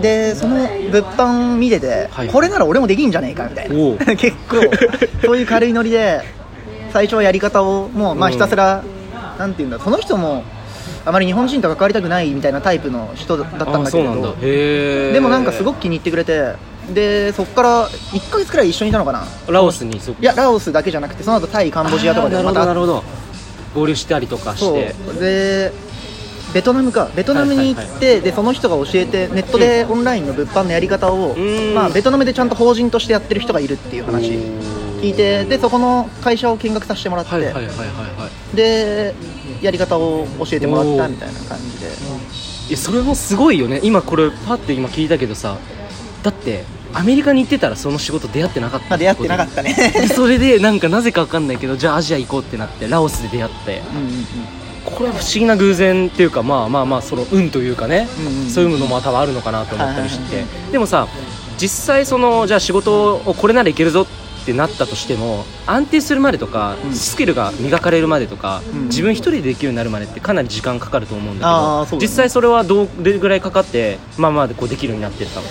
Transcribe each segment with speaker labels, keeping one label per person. Speaker 1: でその物販を見てて、
Speaker 2: はい
Speaker 1: これなら俺もできんじゃねえかみたいな
Speaker 2: おう
Speaker 1: 結構そういう軽いノリで最初はやり方をもうまあ
Speaker 2: うん
Speaker 1: ひたすら、なんていうんだその人もあまり日本人と関わりたくないみたいなタイプの人だったん
Speaker 2: あ
Speaker 1: だ
Speaker 2: そ
Speaker 1: け
Speaker 2: う
Speaker 1: れ
Speaker 2: なんだ
Speaker 1: ど
Speaker 2: へえ
Speaker 1: でもなんかすご
Speaker 2: く
Speaker 1: く気に入ってくれてでそこから1ヶ月くらい一緒にいたのかな
Speaker 2: ラオスにそ
Speaker 1: いやラオスだけじゃなくてその後タイカンボジアとかで
Speaker 2: あーなる
Speaker 1: ま
Speaker 2: ほ
Speaker 1: た
Speaker 2: どなるほど合流したりとかし
Speaker 1: そ
Speaker 2: て
Speaker 1: うでベトナムかベトナムに行って、
Speaker 2: はい
Speaker 1: でその人が教えてネットでオンラインの物販のやり方を、
Speaker 2: ん
Speaker 1: まあ、ベトナムでちゃんと法人としてやってる人がいるっていう話聞いてでそこの会社を見学させてもらって、
Speaker 2: はいはいはいはいはい
Speaker 1: でやり方を教えてもらったみたいな感じで
Speaker 2: いやそれもすごいよね今これパッて今聞いたけどさだってアメリカに行ってたらその仕事出会ってなかった
Speaker 1: まあ出会ってなかったね
Speaker 2: で それでなんかなぜかわかんないけどじゃあアジア行こうってなってラオスで出会って
Speaker 1: うんうんうん
Speaker 2: これは不思議な偶然っていうかまあまあまあその運というかね、
Speaker 1: うんうん
Speaker 2: そういうのも多分あるのかなと思ったりして、
Speaker 1: はいはい
Speaker 2: でもさ実際そのじゃあ仕事をこれならいけるぞってなったとしても安定するまでとか、
Speaker 1: うん
Speaker 2: スキルが磨かれるまでとか、
Speaker 1: うん
Speaker 2: 自分一人でできるようになるまでってかなり時間かかると思うんだけ
Speaker 1: あ
Speaker 2: ど
Speaker 1: ーそうだね
Speaker 2: 実際それはどれぐらいかかってまあまあこうできるようになってったの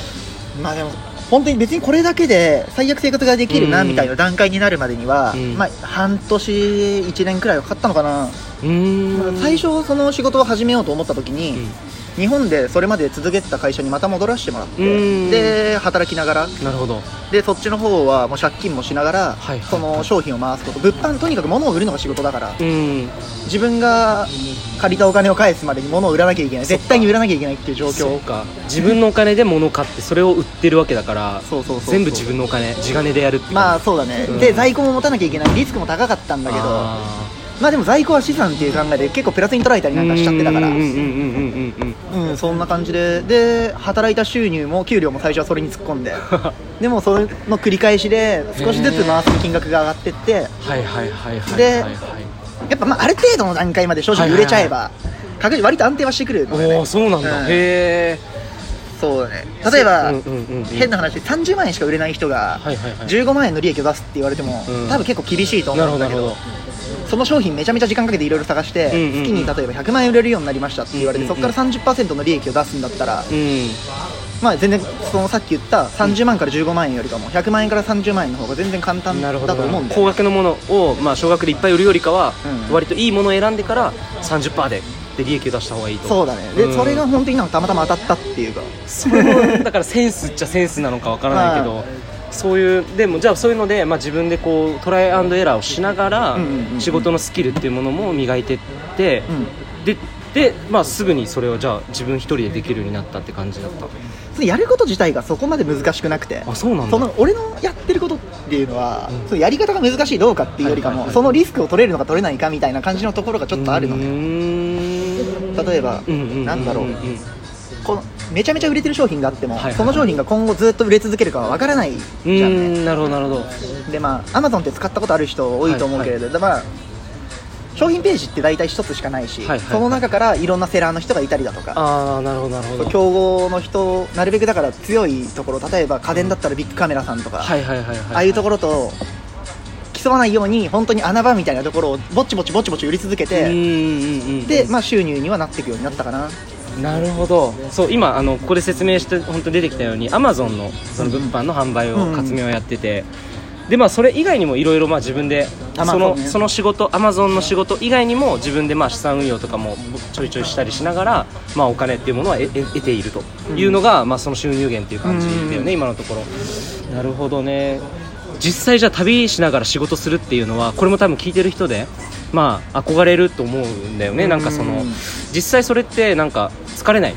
Speaker 1: まあでも本当に別にこれだけで最悪生活ができるな
Speaker 2: うん
Speaker 1: みたいな段階になるまでには、
Speaker 2: うん
Speaker 1: まあ、半年1年くらいはかかったのかな、
Speaker 2: うーん
Speaker 1: 最初その仕事を始めようと思った時に、日本でそれまで続けてた会社にまた戻らせてもらっ
Speaker 2: う
Speaker 1: て
Speaker 2: ん
Speaker 1: で働きながら
Speaker 2: うんなるほど
Speaker 1: でそっちの方はもう借金もしながら、
Speaker 2: はいはい
Speaker 1: その商品を回すこと物販とにかく物を売るのが仕事だから
Speaker 2: うん
Speaker 1: 自分が借りたお金を返すまでに物を売らなきゃいけない
Speaker 2: そっか
Speaker 1: 絶対に売らなきゃいけないっていう状
Speaker 2: そう
Speaker 1: 況
Speaker 2: か自分のお金で物を買ってそれを売ってるわけだから
Speaker 1: そうそうそうそう
Speaker 2: 全部自分のお金地金でやるっていう
Speaker 1: ま
Speaker 2: あ
Speaker 1: あそうだね、
Speaker 2: うん
Speaker 1: で在庫も持たなきゃいけないリスクも高かったんだけど
Speaker 2: あ
Speaker 1: まあでも在庫は資産っていう考えで結構プラスに捉えたり
Speaker 2: ー
Speaker 1: なんかしちゃってたから
Speaker 2: うんうんうんうんうん うん
Speaker 1: うん、そんな感じで、で、働いた収入も給料も最初はそれに突っ込んで、でもそれの繰り返しで、少しずつ回す金額が上がってって、
Speaker 2: はいはいはいはい
Speaker 1: で
Speaker 2: はいはい
Speaker 1: やっぱまあある程度の段階まで正直売れちゃえば、確実割と安定はしてくるのよ
Speaker 2: おお
Speaker 1: ね、
Speaker 2: そうなんだ、
Speaker 1: うん
Speaker 2: へえ
Speaker 1: そうだね、例えば、
Speaker 2: うんうんうんうん
Speaker 1: 変な話、30万円しか売れない人が、
Speaker 2: はいはいはい
Speaker 1: 15万円の利益を出すって言われても、
Speaker 2: うん
Speaker 1: 多分結構厳しいと思
Speaker 2: なる
Speaker 1: う
Speaker 2: ほ
Speaker 1: ん
Speaker 2: ど
Speaker 1: だ
Speaker 2: な
Speaker 1: け
Speaker 2: る
Speaker 1: ど
Speaker 2: ほど、
Speaker 1: その商品めちゃめちゃ時間かけていろいろ探して、
Speaker 2: うんうんうん
Speaker 1: 月に例えば100万円売れるようになりましたって言われて、
Speaker 2: うんう
Speaker 1: そ
Speaker 2: んうん
Speaker 1: こから30%の利益を出すんだったら、
Speaker 2: うん
Speaker 1: まあ、全然そのさっき言った30万から15万円よりかも100万円から30万円の方が全然簡単
Speaker 2: な
Speaker 1: だ
Speaker 2: る
Speaker 1: と
Speaker 2: ほど
Speaker 1: 思うんで
Speaker 2: 高額のものを、まあ、少額でいっぱい売るよりかは、
Speaker 1: うん
Speaker 2: 割といいものを選んでから30%でで利益を出した方がいいと
Speaker 1: そうだねで、
Speaker 2: うん
Speaker 1: それが本当になんかたまたま当たったっていうか
Speaker 2: それもだからセンスっちゃセンスなのかわからないけど、
Speaker 1: ま
Speaker 2: そういうでもじゃあそういうので、まあ、自分でこうトライアンドエラーをしながら、
Speaker 1: うんうんうんうん
Speaker 2: 仕事のスキルっていうものも磨いてって、
Speaker 1: うん
Speaker 2: でで、まあ、すぐにそれをじゃあ自分一人でできるようになったって感じだった
Speaker 1: そのやること自体がそこまで難しくなくて
Speaker 2: あそうなんだ
Speaker 1: その俺のやってることっていうのは、
Speaker 2: うん
Speaker 1: そのやり方が難しいどうかっていうよりかも、
Speaker 2: はいはいはい
Speaker 1: そのリスクを取れるのか取れないかみたいな感じのところがちょっとあるの
Speaker 2: うー
Speaker 1: ね
Speaker 2: ん
Speaker 1: 例えば、
Speaker 2: うんうんうんうん
Speaker 1: なんだろう
Speaker 2: うんうん
Speaker 1: このめちゃめちゃ売れてる商品があっても、
Speaker 2: はいはいはい
Speaker 1: その商品が今後ずっと売れ続けるかは分からないじ
Speaker 2: う
Speaker 1: ゃんね
Speaker 2: ーんなるほどなるほど
Speaker 1: でまあアマゾンって使ったことある人多いと思うけれど、まあ商品ページって大体一つしかないし、
Speaker 2: はいはいはい
Speaker 1: その中からいろんなセラーの人がいたりだとか
Speaker 2: ああなるほどなるほど
Speaker 1: 競合の人なるべくだから強いところ例えば家電だったらビッグカメラさんとか、
Speaker 2: はいはいはいはい
Speaker 1: ああいうと
Speaker 2: こ
Speaker 1: ころと競わないように本当に穴場みたいなところをぼちぼちぼちぼち売り続け
Speaker 2: う
Speaker 1: て、
Speaker 2: んうんうんうん
Speaker 1: で、まあ、収入にはなっていくようになったかな
Speaker 2: なるほどそう今あのここで説明して本当出てきたようにアマゾンのその物販の販売を、
Speaker 1: うん
Speaker 2: 活用をやっててでまあそれ以外にもいろいろまあ自分で
Speaker 1: あまあ
Speaker 2: その
Speaker 1: そうね
Speaker 2: その仕事アマゾンの仕事以外にも自分でまあ資産運用とかもちょいちょいしたりしながらまあお金っていうものは得得得ているというのが、まあその収入源っていう感じだよ
Speaker 1: うん
Speaker 2: ね今のところなるほどね実際じゃあ旅しながら仕事するっていうのはこれも多分聞いてる人でまあ憧れると思うんだよねなんかその
Speaker 1: うん
Speaker 2: 実際それってなんか疲れない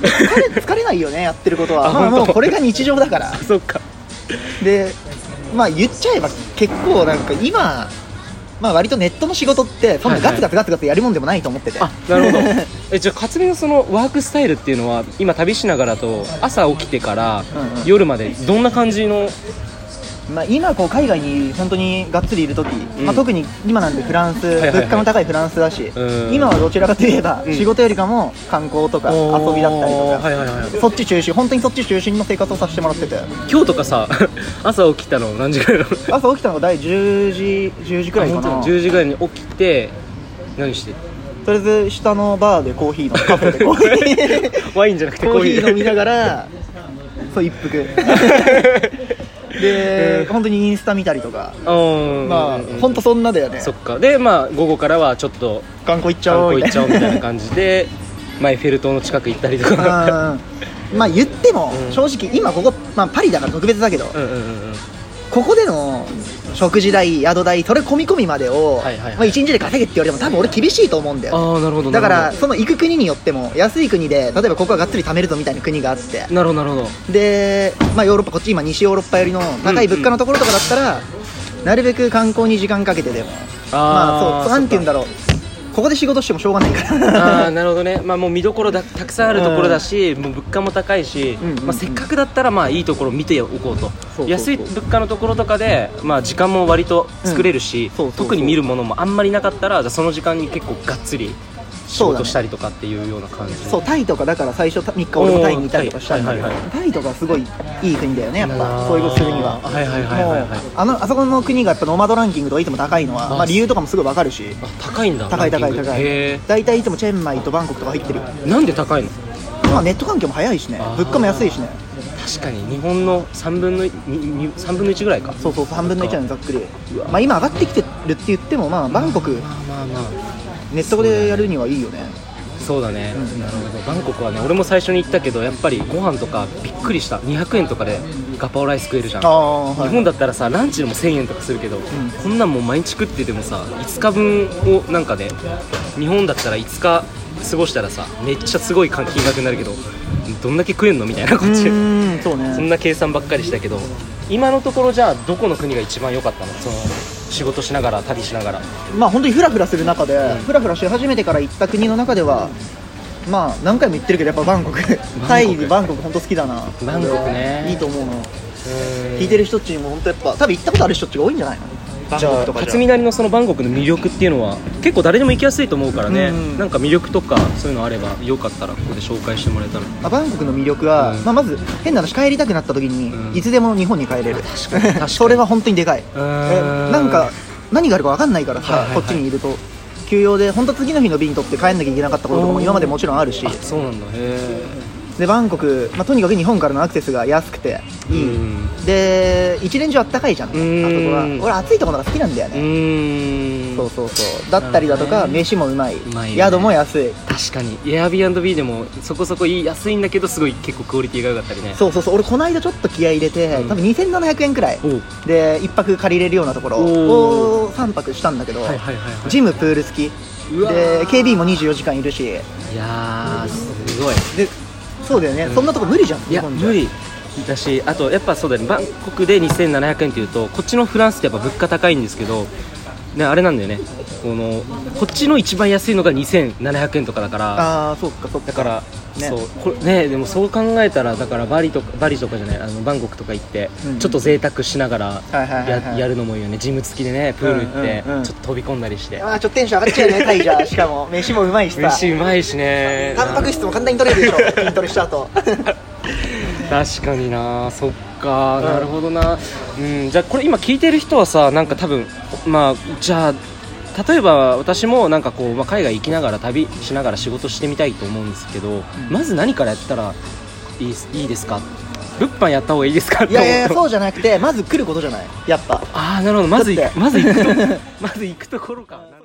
Speaker 1: 疲れ疲れないよねやってること
Speaker 2: あ
Speaker 1: はまあ
Speaker 2: 本当
Speaker 1: もうこれが日常だから
Speaker 2: そっか
Speaker 1: でまあ言っちゃえば結構なんか今まあ割とネットの仕事ってそんなガツガツガツガツやるもんでもないと思ってて、
Speaker 2: あなるほど えじゃあ克実のそのワークスタイルっていうのは今旅しながらと朝起きてから
Speaker 1: うんうん
Speaker 2: 夜までどんな感じの
Speaker 1: まあ、今こう海外に本当にがっつりいる時、
Speaker 2: ん
Speaker 1: まあ、特に今なんでフランス、
Speaker 2: いはいはい
Speaker 1: 物価の高いフランスだし
Speaker 2: うん
Speaker 1: 今はどちらかといえば
Speaker 2: うん
Speaker 1: 仕事よりかも観光とか遊びだったり
Speaker 2: お
Speaker 1: と
Speaker 2: ーはい
Speaker 1: か、
Speaker 2: はいはい
Speaker 1: そっち中心本当にそっち中心の生活をさせてもらってて
Speaker 2: 今日とかさ 朝起きたの何時ぐらいなの
Speaker 1: 朝起きたのが第10時10時くらいか
Speaker 2: あ
Speaker 1: な
Speaker 2: 本当10時ぐらいに起きて何して
Speaker 1: とりあえず下のバーでコーヒー飲んでカフェでコーヒー
Speaker 2: ワインじゃなくて
Speaker 1: コ
Speaker 2: コー
Speaker 1: ーヒ
Speaker 2: ヒー
Speaker 1: ー飲みなが らそう一服で本当にインスタ見たりとか
Speaker 2: うん
Speaker 1: まあ本当そんなだよね
Speaker 2: そっかでまあ午後からはちょっと
Speaker 1: 観光行っちゃ
Speaker 2: 観
Speaker 1: おう
Speaker 2: 光行っちゃおうみたいな
Speaker 1: じ
Speaker 2: 感じ でマイフェル島の近く行ったりとか
Speaker 1: まあ言っても
Speaker 2: うん
Speaker 1: 正直今ここ、まあ、パリだから特別だけど
Speaker 2: うんうんうんうん
Speaker 1: ここでの食事代宿代それ込み込みまでを、
Speaker 2: はいはいはい
Speaker 1: まあ、1日で稼げって言われても多分俺厳しいと思うんだよね
Speaker 2: ああなるほどなるほど
Speaker 1: だからその行く国によっても安い国で例えばここはがっつり貯めるぞみたいな国があって
Speaker 2: なるほどなるほど
Speaker 1: で、まあ、ヨーロッパこっち今西ヨーロッパ寄りの高い物価のところとかだったら、なるべく観光に時間かけてでもまあそうなんて言うんだ
Speaker 2: ろう
Speaker 1: ろうここで仕事してもしょうがないから
Speaker 2: あーなるほどね、まあ、もう見どころだたくさんあるところだし、もう物価も高いし、
Speaker 1: うんうんうん
Speaker 2: まあ、せっかくだったらまあいいところを見ておこ
Speaker 1: そう
Speaker 2: うと
Speaker 1: そうそう
Speaker 2: 安い物価のところとかで、まあ、時間も割と作れるし、
Speaker 1: そうそうそう
Speaker 2: 特に見るものもあんまりなかったらじゃあその時間に結構がっつり仕
Speaker 1: そうだ
Speaker 2: 事
Speaker 1: ね
Speaker 2: したりとかっていうような感じ
Speaker 1: そうタイとかだから最初3日俺もタイにいたりとかしたんだけど、
Speaker 2: おーはいはい
Speaker 1: タイとかすごいいい国だよねやっ
Speaker 2: あ
Speaker 1: ぱ
Speaker 2: ー
Speaker 1: そういうことするには
Speaker 2: はいはいはいはいは
Speaker 1: も
Speaker 2: い
Speaker 1: うあのあそこの国がやっぱノマドランキングとかいつも高いのは
Speaker 2: あ
Speaker 1: まあ、理由とかもすぐわかるし
Speaker 2: あ高いんだ
Speaker 1: 高い
Speaker 2: ラ
Speaker 1: 高
Speaker 2: ン
Speaker 1: い
Speaker 2: キング
Speaker 1: 高
Speaker 2: へ
Speaker 1: い大体いつもチェンマイとバンコクとか入ってる
Speaker 2: えなんで高いの
Speaker 1: まあネット環境も早いしね
Speaker 2: あー
Speaker 1: 物価も安いしね
Speaker 2: 確かに日本の3分の3分の1ぐらいか
Speaker 1: そうそう3分の1なんでざっくりまあ今上がってきてるって言ってもまあバンコク
Speaker 2: まあまあまあ
Speaker 1: ネットでやるにはいいよね
Speaker 2: そうだね、
Speaker 1: うん
Speaker 2: なるほどバンコクはね俺も最初に行ったけどやっぱりご飯とかびっくりした200円とかでガパオライス食えるじゃん
Speaker 1: ああはい
Speaker 2: 日本だったらさランチでも1000円とかするけど、こんなんもう毎日食っててもさ5日分をなんかね日本だったら5日過ごしたらさめっちゃすごい金額になるけどどんだけ食えんのみたいなこ
Speaker 1: う
Speaker 2: っち
Speaker 1: ーんそう
Speaker 2: そ
Speaker 1: ね
Speaker 2: んな計算ばっかりしたけど今のところじゃあどこの国が一番良かったのその仕事しながら旅しながら
Speaker 1: まあ本当にフラフラする中で、フラフラし始めてから行った国の中ではまあ何回も言ってるけどやっぱバンコクタイバンコク本当好きだな
Speaker 2: バンコクね
Speaker 1: いいと思うの聞いてる人っちにも本当やっぱ多分行ったことある人っちが多いんじゃないのバン
Speaker 2: じ
Speaker 1: コ
Speaker 2: ゃ
Speaker 1: ク
Speaker 2: あ
Speaker 1: とかじゃ
Speaker 2: 勝みなりのそのバンコクの魅力っていうのは結構誰でも行きやすいと思うからね、
Speaker 1: うん
Speaker 2: なんか魅力とかそういうのあればよかったらここで紹介してもらえたら
Speaker 1: あバンコクの魅力は、
Speaker 2: うん
Speaker 1: まあ、まず変な話帰りたくなった時に、
Speaker 2: うん
Speaker 1: いつでも日本に帰れる確
Speaker 2: かに確かに
Speaker 1: それは本当にでかいえ
Speaker 2: ーん
Speaker 1: なんか何があるか分かんないからさ、
Speaker 2: はいはいはい
Speaker 1: こっちにいると休養で本当次の日の便取って帰んなきゃいけなかったこととか
Speaker 2: お
Speaker 1: も
Speaker 2: ー
Speaker 1: 今までもちろんあるし
Speaker 2: あそうなんだへ
Speaker 1: でバンコク、まあ、とにかく日本からのアクセスが安くて
Speaker 2: え
Speaker 1: いい、
Speaker 2: うん
Speaker 1: で一年中あったかいじゃんあそこ
Speaker 2: ん
Speaker 1: は俺暑いところが好きなんだよ
Speaker 2: う
Speaker 1: ね、
Speaker 2: ーん
Speaker 1: そうそうそうだったりだと
Speaker 2: なる
Speaker 1: か、
Speaker 2: ほどね
Speaker 1: 飯もうまい、
Speaker 2: まいよね
Speaker 1: 宿も安い
Speaker 2: 確かに Airbnb でもそこそこいい安いんだけどすごい結構クオリティが良かったりね
Speaker 1: そうそうそう俺この間ちょっと気合い入れて、
Speaker 2: うん
Speaker 1: 多分2700円くらい
Speaker 2: おう
Speaker 1: で1泊借りれるようなところ
Speaker 2: お
Speaker 1: を3泊したんだけど、
Speaker 2: はいはいはいはい
Speaker 1: ジムプール付き
Speaker 2: うわ
Speaker 1: で
Speaker 2: ー
Speaker 1: KB も24時間いるしで
Speaker 2: いやーすごい
Speaker 1: そうだよね、
Speaker 2: うん
Speaker 1: そんなとこ無理じゃん
Speaker 2: い
Speaker 1: 日
Speaker 2: や
Speaker 1: 本じゃ
Speaker 2: 無理だしあとやっぱそうだよねバンコクで2700円っていうとこっちのフランスってやっぱ物価高いんですけどねあれなんだよねこのこっちの一番安いのが2700円とかだから
Speaker 1: ああそっかそっか
Speaker 2: だから、
Speaker 1: ね
Speaker 2: そうこれねでもそう考えたらだからバリとかバリとかじゃないあのバンコクとか行って、
Speaker 1: うん
Speaker 2: ちょっと贅沢しながら
Speaker 1: はいはいはいは
Speaker 2: や
Speaker 1: い
Speaker 2: やるのもいいよねジム付きでねプール行って、
Speaker 1: うんうんうん
Speaker 2: ちょっと飛び込んだりして
Speaker 1: あーちょっとテンション上がっちゃうよねタイじゃ しかも飯もうまいしさ
Speaker 2: 飯うまいしね
Speaker 1: タンパク質も簡単に取れるでしょ筋トレした 後
Speaker 2: 確かになそっか、
Speaker 1: うん
Speaker 2: なるほどな、うん、じゃあこれ今聞いてる人はさなんか多分まあじゃあ例えば私もなんかこう、まあ、海外行きながら旅しながら仕事してみたいと思うんですけど、まず何からやったらいいっすいいですか物販やった方がいいですか
Speaker 1: いやいやいや
Speaker 2: と思
Speaker 1: そううじゃなくてまず来ることじゃないやっぱ
Speaker 2: ああなるほどまずい
Speaker 1: だって
Speaker 2: まず行くとまず行くところか